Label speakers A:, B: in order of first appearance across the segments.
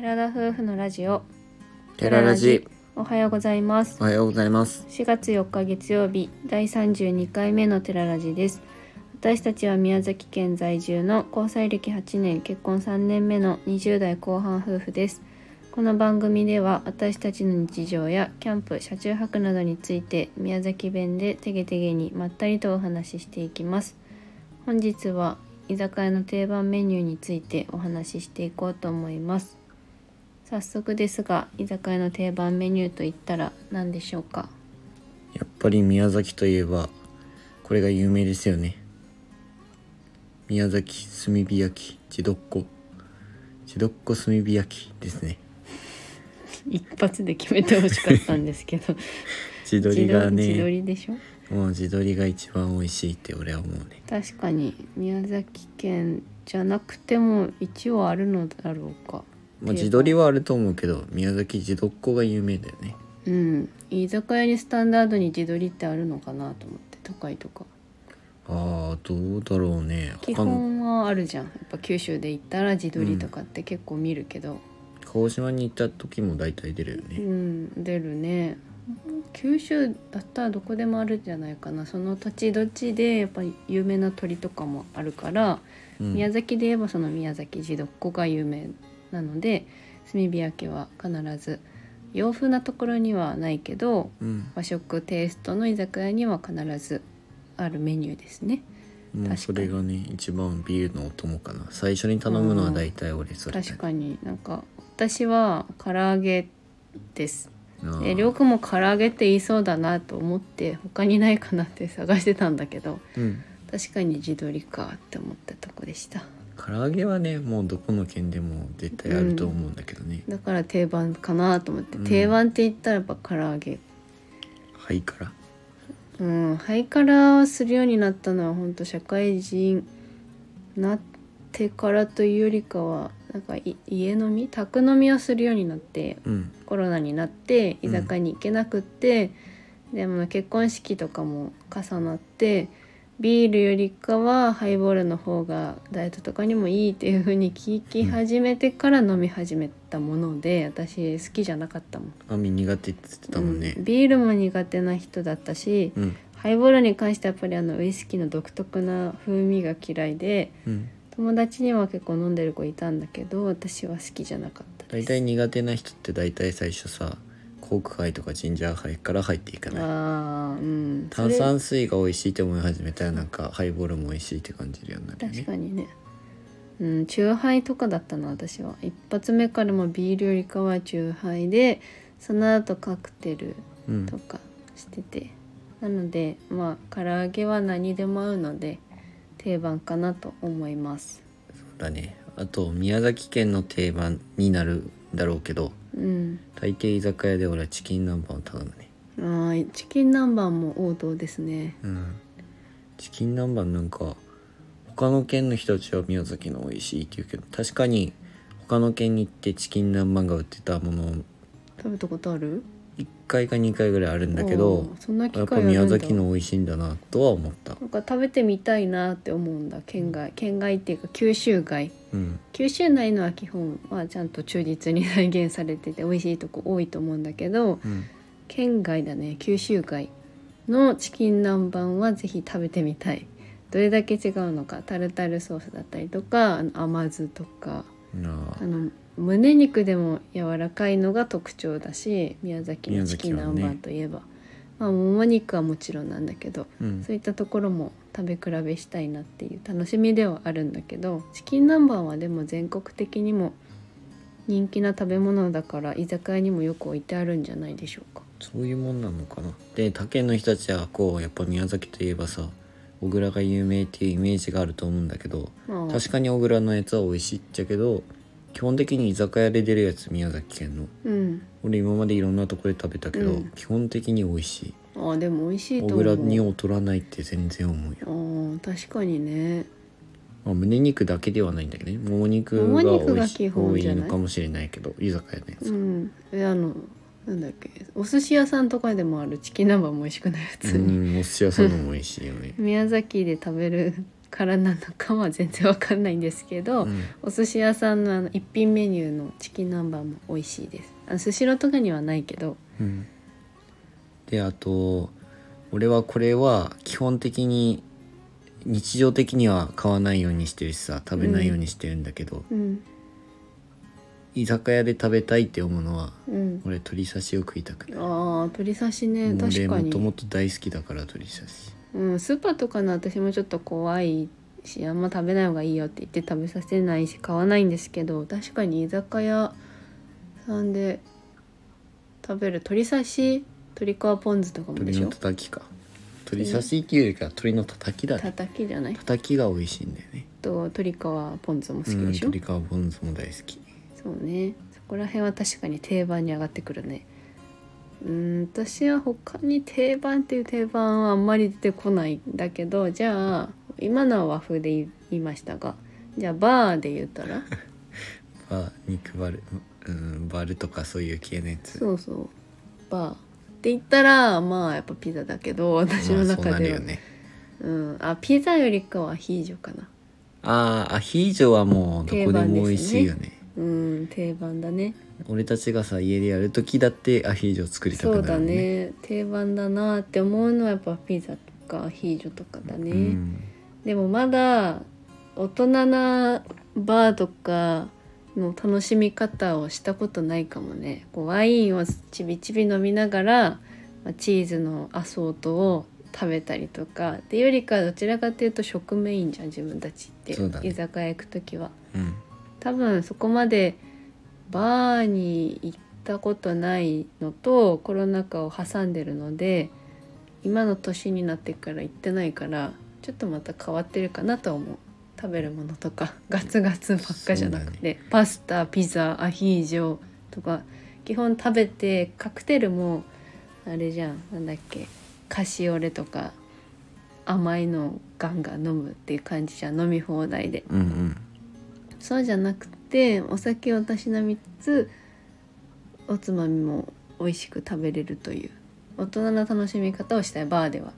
A: ラ夫婦のラジオ
B: テララジ
A: おはようございます
B: おはようございます
A: 4月4日月曜日第32回目のテララジです私たちは宮崎県在住の交際歴8年結婚3年目の20代後半夫婦ですこの番組では私たちの日常やキャンプ車中泊などについて宮崎弁でてげてげにまったりとお話ししていきます本日は居酒屋の定番メニューについてお話ししていこうと思います早速ですが居酒屋の定番メニューといったら何でしょうか
B: やっぱり宮崎といえばこれが有名ですよね宮崎炭火焼き地どっこ地どっこ炭火焼きですね
A: 一発で決めてほしかったんですけど
B: 地
A: 自
B: 鶏が
A: 自撮
B: ね
A: りでしょ
B: もう地鶏が一番美味しいって俺は思うね
A: 確かに宮崎県じゃなくても一応あるのだろうか
B: ま
A: 定
B: あ
A: 番
B: 地鶏はあると思うけど宮崎地どっこが有名だよね
A: うん居酒屋にスタンダードに自撮りってあるのかなと思って都会とか
B: あーどうだろうね
A: 基
B: 他の
A: 本はあるじゃんやっぱ九州で行ったら自撮りとかって結構見るけど
B: 鹿児島に行った時も大体出るよ
A: う
B: ね
A: ん、出るね九州だったらどこでもあるんじゃないかなその土地土地でやっぱり有名な鳥とかもあるから、
B: うん
A: 宮崎で言えばその宮崎地どっこが有名なので炭火焼きは必ず洋風なところにはないけど
B: うん
A: 和食テイストの居酒屋には必ずあるメニューですね
B: もうそれがね一番ビールのお供かな最初に頼むのは大体俺それ
A: 確かになんか私は唐揚げです
B: あ
A: え
B: ー
A: りょうくんも唐揚げって言いそうだなと思って他にないかなって 探してたんだけど
B: うん
A: 確かに自撮りかって思ったとこでした
B: 唐揚げはねもうどこの県でも絶対あると思うんだけどね、
A: だから定番かなと思って、
B: うん
A: 定番って言ったらやっぱ唐揚げ
B: はいから
A: うんハイカラをするようになったのは本当社会人なってからというよりかはなんかい家飲み宅飲みをするようになって
B: うん
A: コロナになって居酒屋に行けなくって、でも結婚式とかも重なってビールよりかはハイボールの方がダイエットとかにもいいっていう風に聞き始めてから飲み始めたもので、私好きじゃなかったもん
B: あみ苦手って言ってたもんね
A: うんビールも苦手な人だったし、
B: うん
A: ハイボールに関してはやっぱりあのウイスキーの独特な風味が嫌いで
B: うん
A: 友達には結構飲んでる子いたんだけど私は好きじゃなかった
B: 大
A: です
B: 体苦手な人って大体最初さコークハイとかジンジャーハイから入っていかない
A: あーうんそ
B: 炭
A: れ
B: 酸水が美味しいって思い始めたらなんかハイボールも美味しいって感じるようになるよ
A: 確
B: ね
A: かにねうん酎ハイとかだったな私は一発目からもビールよりかは酎ハイでその後カクテル
B: うん
A: とかしてて、なのでまあ唐揚げは何でも合うので定番かなと思います
B: そうだねあと宮崎県の定番になるだろうけど
A: うん
B: 大抵居酒屋で俺はチキン南蛮を頼むね
A: あーチキン南蛮も王道ですね
B: うんチキン南蛮なんか他の県の人たちは宮崎の美味しいって言うけど確かに他の県に行ってチキン南蛮が売ってたもの
A: 食べたことある
B: 1回か2回ぐらいあるんだけ
A: お
B: ど
A: ーそんな機
B: やっぱ
A: 会あるんだ
B: 宮崎の美味しいんだなとは思った
A: なんか食べてみたいなって思うんだ県外県外っていうか九州外
B: うん
A: 九州内のは基本はちゃんと忠実に再現されてて美味しいとこ多いと思うんだけど
B: うん
A: 県外だね九州外のチキン南蛮はぜひ食べてみたいどれだけ違うのかタルタルソースだったりとかあの甘酢とか
B: なあ
A: あの胸肉でも柔らかいのが特徴だし宮崎のチキン
B: 宮崎はね
A: 南蛮といえば、まあもも肉はもちろんなんだけど
B: うん
A: そういったところも食べ比べしたいなっていう楽しみではあるんだけどチキン南蛮はでも全国的にも人気な食べ物だから居酒屋にもよく置いてあるんじゃないでしょうか。
B: そういうもんなのかなで他県の人たちはこうやっぱ宮崎といえばさ小倉が有名っていうイメージがあると思うんだけど
A: まあ、
B: 確かに小倉のやつは美味しいっちゃけど基本的に居酒屋で出るやつ宮崎県の
A: うん、
B: 俺今までいろんなとこで食べたけど、
A: うん
B: 基本的に美味しい
A: ああでも美味しい
B: 小
A: と思う。
B: 倉に劣らないって全然思うよ、
A: ああ確かにね。
B: まあ、胸肉だけではないんだけどねもも肉
A: もも
B: が
A: 肉
B: 美
A: が
B: 味し
A: 基
B: い
A: 本
B: 多
A: じゃ
B: い
A: ない
B: のかもしれないけど居酒屋のやつ、
A: うん。えあのなんだっけお寿司屋さんとかでもあるチキン南蛮も美味しくない普通
B: う
A: に。
B: んお寿司屋さんのも美味しいよね
A: 宮崎で食べるからなのかは全然わかんないんですけど、
B: うん
A: お寿司屋さんのあの一品メニューのチキン南蛮も美味しいですあのスシローとかにはないけど
B: うん、であと俺はこれは基本的に日常的には買わないようにしてるしさ食べないようにしてるんだけど、
A: うん
B: 居酒屋で食べたいって思うのは
A: うん
B: 俺鶏刺しを食いたくない、
A: あー鶏刺しね
B: もう
A: 確
B: 俺
A: か
B: もとも
A: に、
B: と大好きだから鶏刺し
A: うん、スーパーとかの私もちょっと怖いしあんま食べない方がいいよって言って食べさせないし買わないんですけど確かに居酒屋さんで食べる鶏刺し鶏皮ポン酢とかもで
B: 鶏
A: し
B: の
A: ょ
B: たたきか鶏刺しっていうよりか鶏のたたきだ
A: た
B: ね
A: たきじゃない
B: たたきが美味しいんだよね
A: と鶏皮ポン酢も好
B: う
A: き
B: ん
A: でしょ
B: 鶏皮ボンズも大好き
A: そうねそこら辺は確かに定番に上がってくるねうーん私は他に定番っていう定番はあんまり出てこないんだけどじゃあ今のは和風で言いましたがじゃあバーで言った ら
B: バー肉バル、うん、バルとかそういう系のやつ
A: そうそうバーって言ったらまあやっぱピザだけど私の
B: まあそう
A: 中
B: なる
A: では、
B: よね
A: うん、あピザよりかはアヒージョかな
B: あーアヒージョはもうどこでも美味しいよね
A: うん定番だね
B: 俺たちがさ家でやる時だってアヒージョ作りた
A: そ
B: く
A: う
B: な
A: だ
B: るもんね
A: ね定番だなって思うのはやっぱピザとかアヒージョとかだね、
B: うん
A: でもまだ大人なバーとかの楽しみ方をしたことないかもねこうワインをちびちび飲みながら、まあチーズのアソートを食べたりとかっていうよりかはどちらかというと食メインじゃん自分たちって、
B: そうだね
A: 居酒屋行く時は
B: うん
A: 多分そこまでバーに行ったことないのとコロナ禍を挟んでるので今の年になってから行ってないからちょっとまた変わってるかなとは思う食べるものとかガツガツばっかじゃなく
B: そう
A: て、パスタピザアヒージョとか基本食べてカクテルもあれじゃんなんだっけカシオレとか甘いのをガンガン飲むっていう感じじゃん飲み放題で
B: うんうん
A: そうじゃなくてお酒をたしなみつつおつまみも美味しく食べれるという大人の楽しみ方をしたいバーでは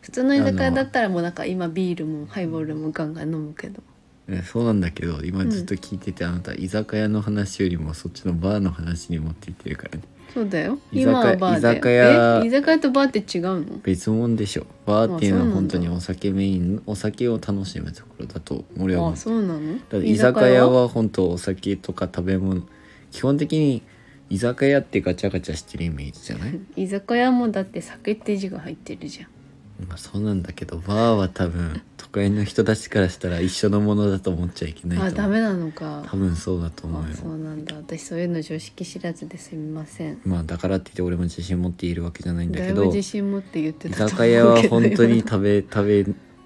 A: 普通の居酒屋だったらもうなんか今ビールもハイボールもガンガン飲むけど
B: えそうなんだけど今ずっと聞いてて、あなた居酒屋の話よりもそっちのバーの話に持っていってるからね
A: そうだよ
B: 居酒屋
A: 今はバーで
B: 居酒屋
A: え居酒屋とバーって違うの
B: 別物でしょバーっていうの
A: あそうなんだ
B: は本当にお酒メインお酒を楽しむところだと俺は
A: あ
B: 思う
A: そうなの
B: だって居酒屋は本当お酒とか食べ物基本的に居酒屋ってガチャガチャしてるイメージじゃない
A: 居酒屋もだって酒って字が入ってるじゃん
B: まあそうなんだけどバーは多分都会の人たちからしたら一緒のものだと思っちゃいけないと思う
A: あダメなのか
B: 多分そうだと思う
A: あ
B: よ
A: そうなんだ私そういうの常識知らずですみません
B: まあだからって言って俺も自信持っているわけじゃないんだ
A: だ
B: け
A: いぶ
B: ど
A: 自
B: 居
A: 信持って言ってたと思う
B: 酒屋は
A: けど
B: 本当に
A: 今
B: 食 べ食べ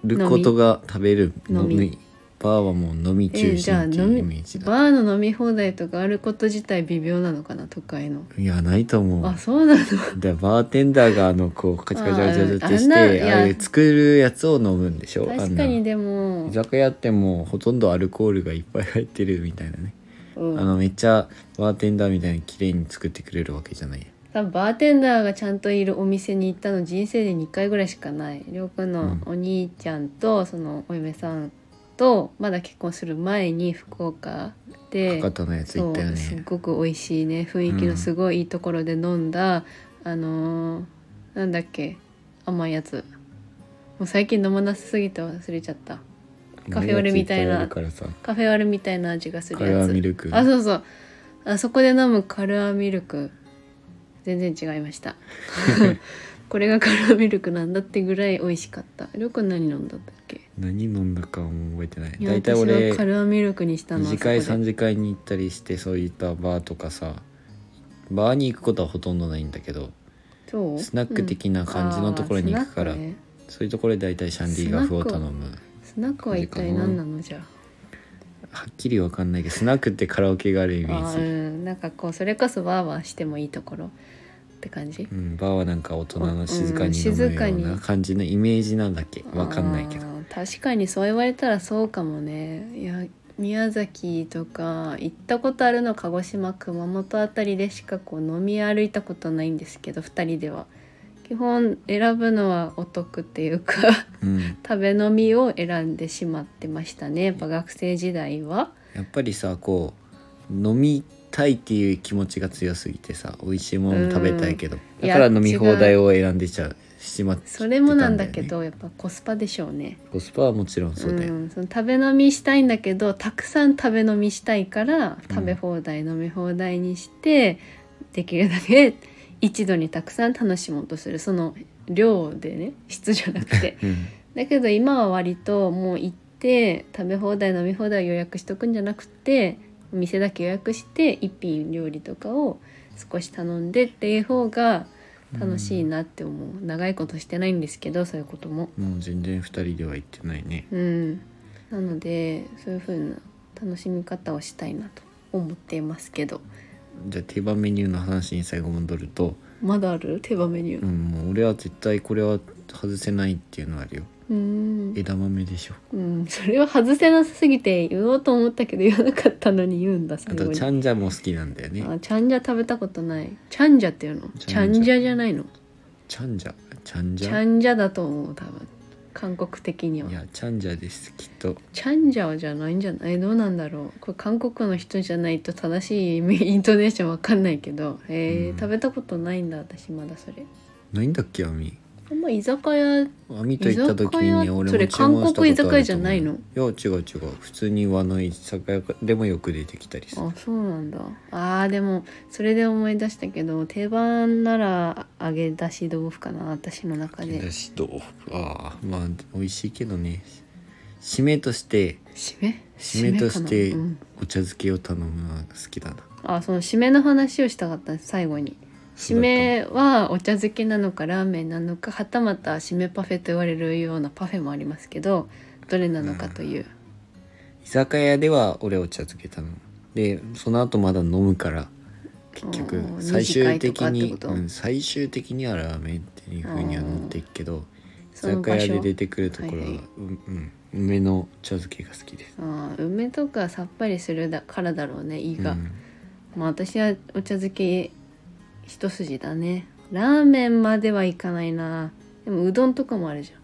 B: ることが食べる
A: 飲
B: 飲
A: み
B: みバーはもう飲み
A: え
B: 中
A: ーじゃあ
B: 心っていうイ
A: 飲
B: メ
A: み
B: ージだ、
A: バーの飲み放題とかあること自体微妙なのかな都会の、
B: いやないと思う
A: あそうなの
B: でバーテンダーがあのこうカチャカチャカチャカチャってし
A: あーあんな
B: て
A: いや
B: あれ作るやつを飲むんでしょ
A: 確かにで
B: あんな
A: も
B: 居、酒屋ってもうほとんどアルコールがいっぱい入ってるみたいなね、
A: うん
B: あのめっちゃバーテンダーみたいに綺麗に作ってくれるわけじゃない
A: 多分バーテンダーがちゃんといるお店に行ったの人生で2回ぐらいしかないりょうくんのお兄ちゃんとそのお嫁さんとまだ結婚する前に福岡で
B: 博多のやつ行ったよ
A: そうすっ
B: ね
A: ごく美味しいね雰囲気のすごいいいところで飲んだ、あのーなんだっけ甘いやつもう最近飲まなさすぎて忘れちゃったカフェオレみたいな
B: あるからさ
A: カフェオレみたいな味がす
B: カ
A: る
B: ル
A: や
B: ア
A: つ
B: ミルク
A: あそうそうあそこで飲むカルアミルク全然違いました これがカルアミルクなんだってぐらい美味しかったりょうくん何飲んだったっけ
B: 何飲んだかも覚えてない
A: いや
B: 大体
A: 私
B: 俺
A: はカルアミルクにしたのあ
B: 二次
A: そこで
B: 会三次会に行ったりしてそういったバーとかさバーに行くことはほとんどないんだけど
A: そう
B: スナック的な感じのところに行くからそういうところで大体シャンディガフを頼む
A: スナックは一体何なのじゃ
B: はっきりわかんないけどスナックってカラオケがあるイメ
A: ああーう
B: ージ、
A: んなんかこうそれこそワーワーしてもいいところって感じ
B: うん、バーはなんか大人の静か
A: うん
B: に飲む
A: 静かに
B: ような感じのイメージなんだっけわかんないけど
A: あー確かにそう言われたらそうかもねいや宮崎とか行ったことあるの鹿児島熊本あたりでしかこう飲み歩いたことないんですけど2人では基本選ぶのはお得っていうか
B: うん、
A: 食べ飲みを選んでしまってましたねやっぱ学生時代は
B: やっぱりさこう飲みたいっていう気持ちが強すぎてさ美味しいもの食べたいけど、
A: うん
B: だから
A: いや
B: 飲み放題を選んでちゃうしまってた
A: そ
B: んだ
A: れ
B: よね
A: もなんだけどやっぱコスパでしょうね
B: コスパはもちろんそうだよ、
A: ん、その食べ飲みしたいんだけどたくさん食べ飲みしたいから食べ放題、飲み放題にしてできるだけ一度にたくさん楽しもうとするその量でね質じゃなくて
B: うん
A: だけど今は割ともう行って食べ放題飲み放題を予約しとくんじゃなくてお店だけ予約して一品料理とかを少し頼んでっていう方が楽しいなって思う、長いことしてないんですけどそういうことも。
B: もう全然2人では行ってないね
A: うん、なのでそういう風な楽しみ方をしたいなと思っていますけど
B: じゃあ定番メニューの話に最後戻ると、
A: まだある手羽メニュ
B: う
A: ー
B: ん、もう俺は絶対これは外せないっていうのはあるよ
A: うん、
B: 枝豆でしょ
A: うん、それは外せなさすぎて言おうと思ったけど言わなかったのに言うんだ
B: あ
A: 最後
B: と
A: に
B: ちゃんじゃも好きなんだよね
A: あちゃんじゃ食べたことないちゃんじゃっていうの
B: ち
A: ち
B: ゃ
A: ゃ
B: ん
A: ん
B: じゃ
A: じゃじゃないの
B: ちゃんじゃちゃんじ
A: ち
B: ゃ
A: ゃんじゃだと思う多分韓国的にはい
B: やちゃんじゃですきっと
A: チャンジャオじゃないんじゃないどうなんだろうこれ韓国の人じゃないと正しいイメイントネーションわかんないけどえー
B: うん
A: 食べたことないんだ私まだそれ
B: ないんだっけアミ
A: あんま居酒屋
B: アミと行った時に
A: 居酒
B: ね
A: 屋
B: 俺
A: そ
B: も
A: れ
B: 注文したことあると
A: 韓
B: 思う
A: 国居酒屋じゃないの
B: いや違う違う普通に和の居酒屋でもよく出てきたりする
A: あそうなんだあーでもそれで思い出したけど定番なら揚げ出し豆腐かな私の中
B: 焼き
A: で
B: 出し豆腐ああまあ美味しいけどね締めとして
A: 締め
B: 締めとし
A: 締め
B: て
A: かなうん
B: お茶漬けを頼むのが好きだな
A: あその締めの話をしたかったんです最後に締めはお茶漬けなのかラーメンなのかはたまた締めパフェと言われるようなパフェもありますけどどれなのかという、
B: 居酒屋では俺お茶漬け頼むでその後まだ飲むから結
A: お
B: 局
A: ー
B: 最終的
A: 二次会
B: に、
A: とかってこと
B: うん、最終的にはラーメンっていう風にはなっていくけど居
A: その
B: 酒
A: 場
B: 屋
A: 所
B: で出てくるところは、
A: はいはい
B: うんうん、梅の茶漬けが好きです。
A: あー梅とかさっぱりするだからだろうね胃が、
B: うん
A: まあ私はお茶漬け一筋だねラーメンまではいかないなでもうどんとかもあるじゃん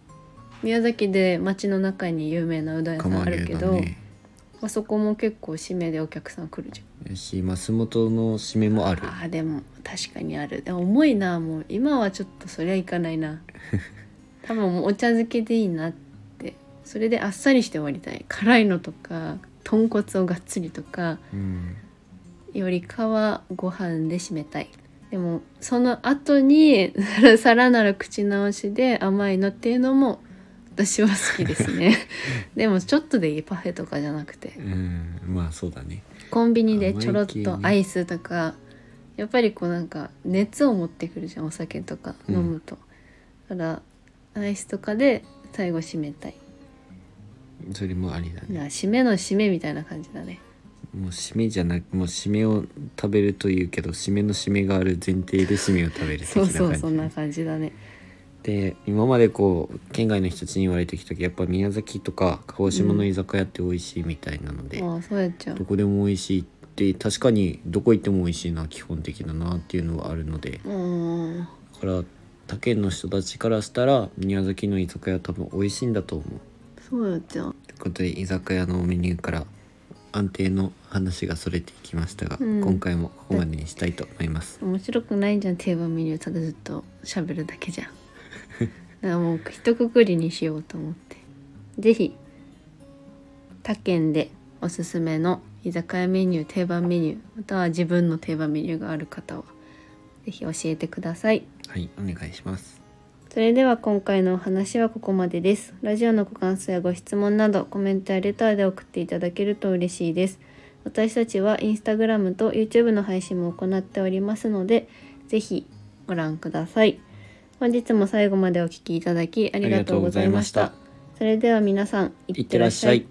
A: 宮崎で町の中に有名なうどん屋さん
B: 釜
A: あ
B: 揚
A: るけ
B: げだ
A: ど、
B: ね
A: まあ、そこも結構締めでお客さん来るじゃん
B: やし松本の締めもある
A: あーでも確かにあるでも重いなもう今はちょっとそりゃいかない な多分もうお茶漬けでいいなってそれであっさりして終わりたい辛いのとか豚骨をがっつりとか
B: うん
A: よりかはご飯で締めたいでもその後に さらなる口直しで甘いのっていうのも私は好きです ねでもちょっとでいいパフェとかじゃなくて
B: うんまあそうだね
A: コンビニでちょろっ
B: 甘い系ね
A: とアイスとかやっぱりこうなんか熱を持ってくるじゃんお酒とか
B: うん
A: 飲むと、だからアイスとかで最後締めたい
B: それもありだ
A: な
B: ね
A: 締めの締めみたいな感じだね
B: もう締めじゃなくもう締めを食べるというけど締めの締めがある前提で締めを食べる的
A: そ
B: な
A: う
B: 感じ
A: そうそんな感じだね
B: で今までこう県外の人たちに言われてきた時やっぱ宮崎とか鹿児島の居酒屋って美味しいみたいなので、
A: ああそうやっちゃ
B: ど
A: う
B: こでも美味しいって確かにどこ行っても美味しいのは基本的だなっていうのはあるので
A: うん
B: だから他県の人たちからしたら宮崎の居酒屋は多分美味しいんだと思う。
A: そうやっちゃう
B: ということで居酒屋のメニューから安定の話がそれていきましたが、
A: うん
B: 今回もここまでにしたいと思います。
A: 面白くないじゃん定番メニューただずっと喋るだけじゃん だからもう一括りにしようと思って是非他県でおすすめの居酒屋メニュー定番メニューまたは自分の定番メニューがある方は是非教えてください
B: はい、お願いします。
A: それでは今回のお話はここまでです。ラジオのご感想やご質問などコメントやレターで送っていただけると嬉しいです。私たちはインスタグラムと YouTube の配信も行っておりますので、ぜひご覧ください。本日も最後までお聞きいただきありがとうございました。
B: ありがとうござい
A: それでは皆さん、
B: いってらっしゃい。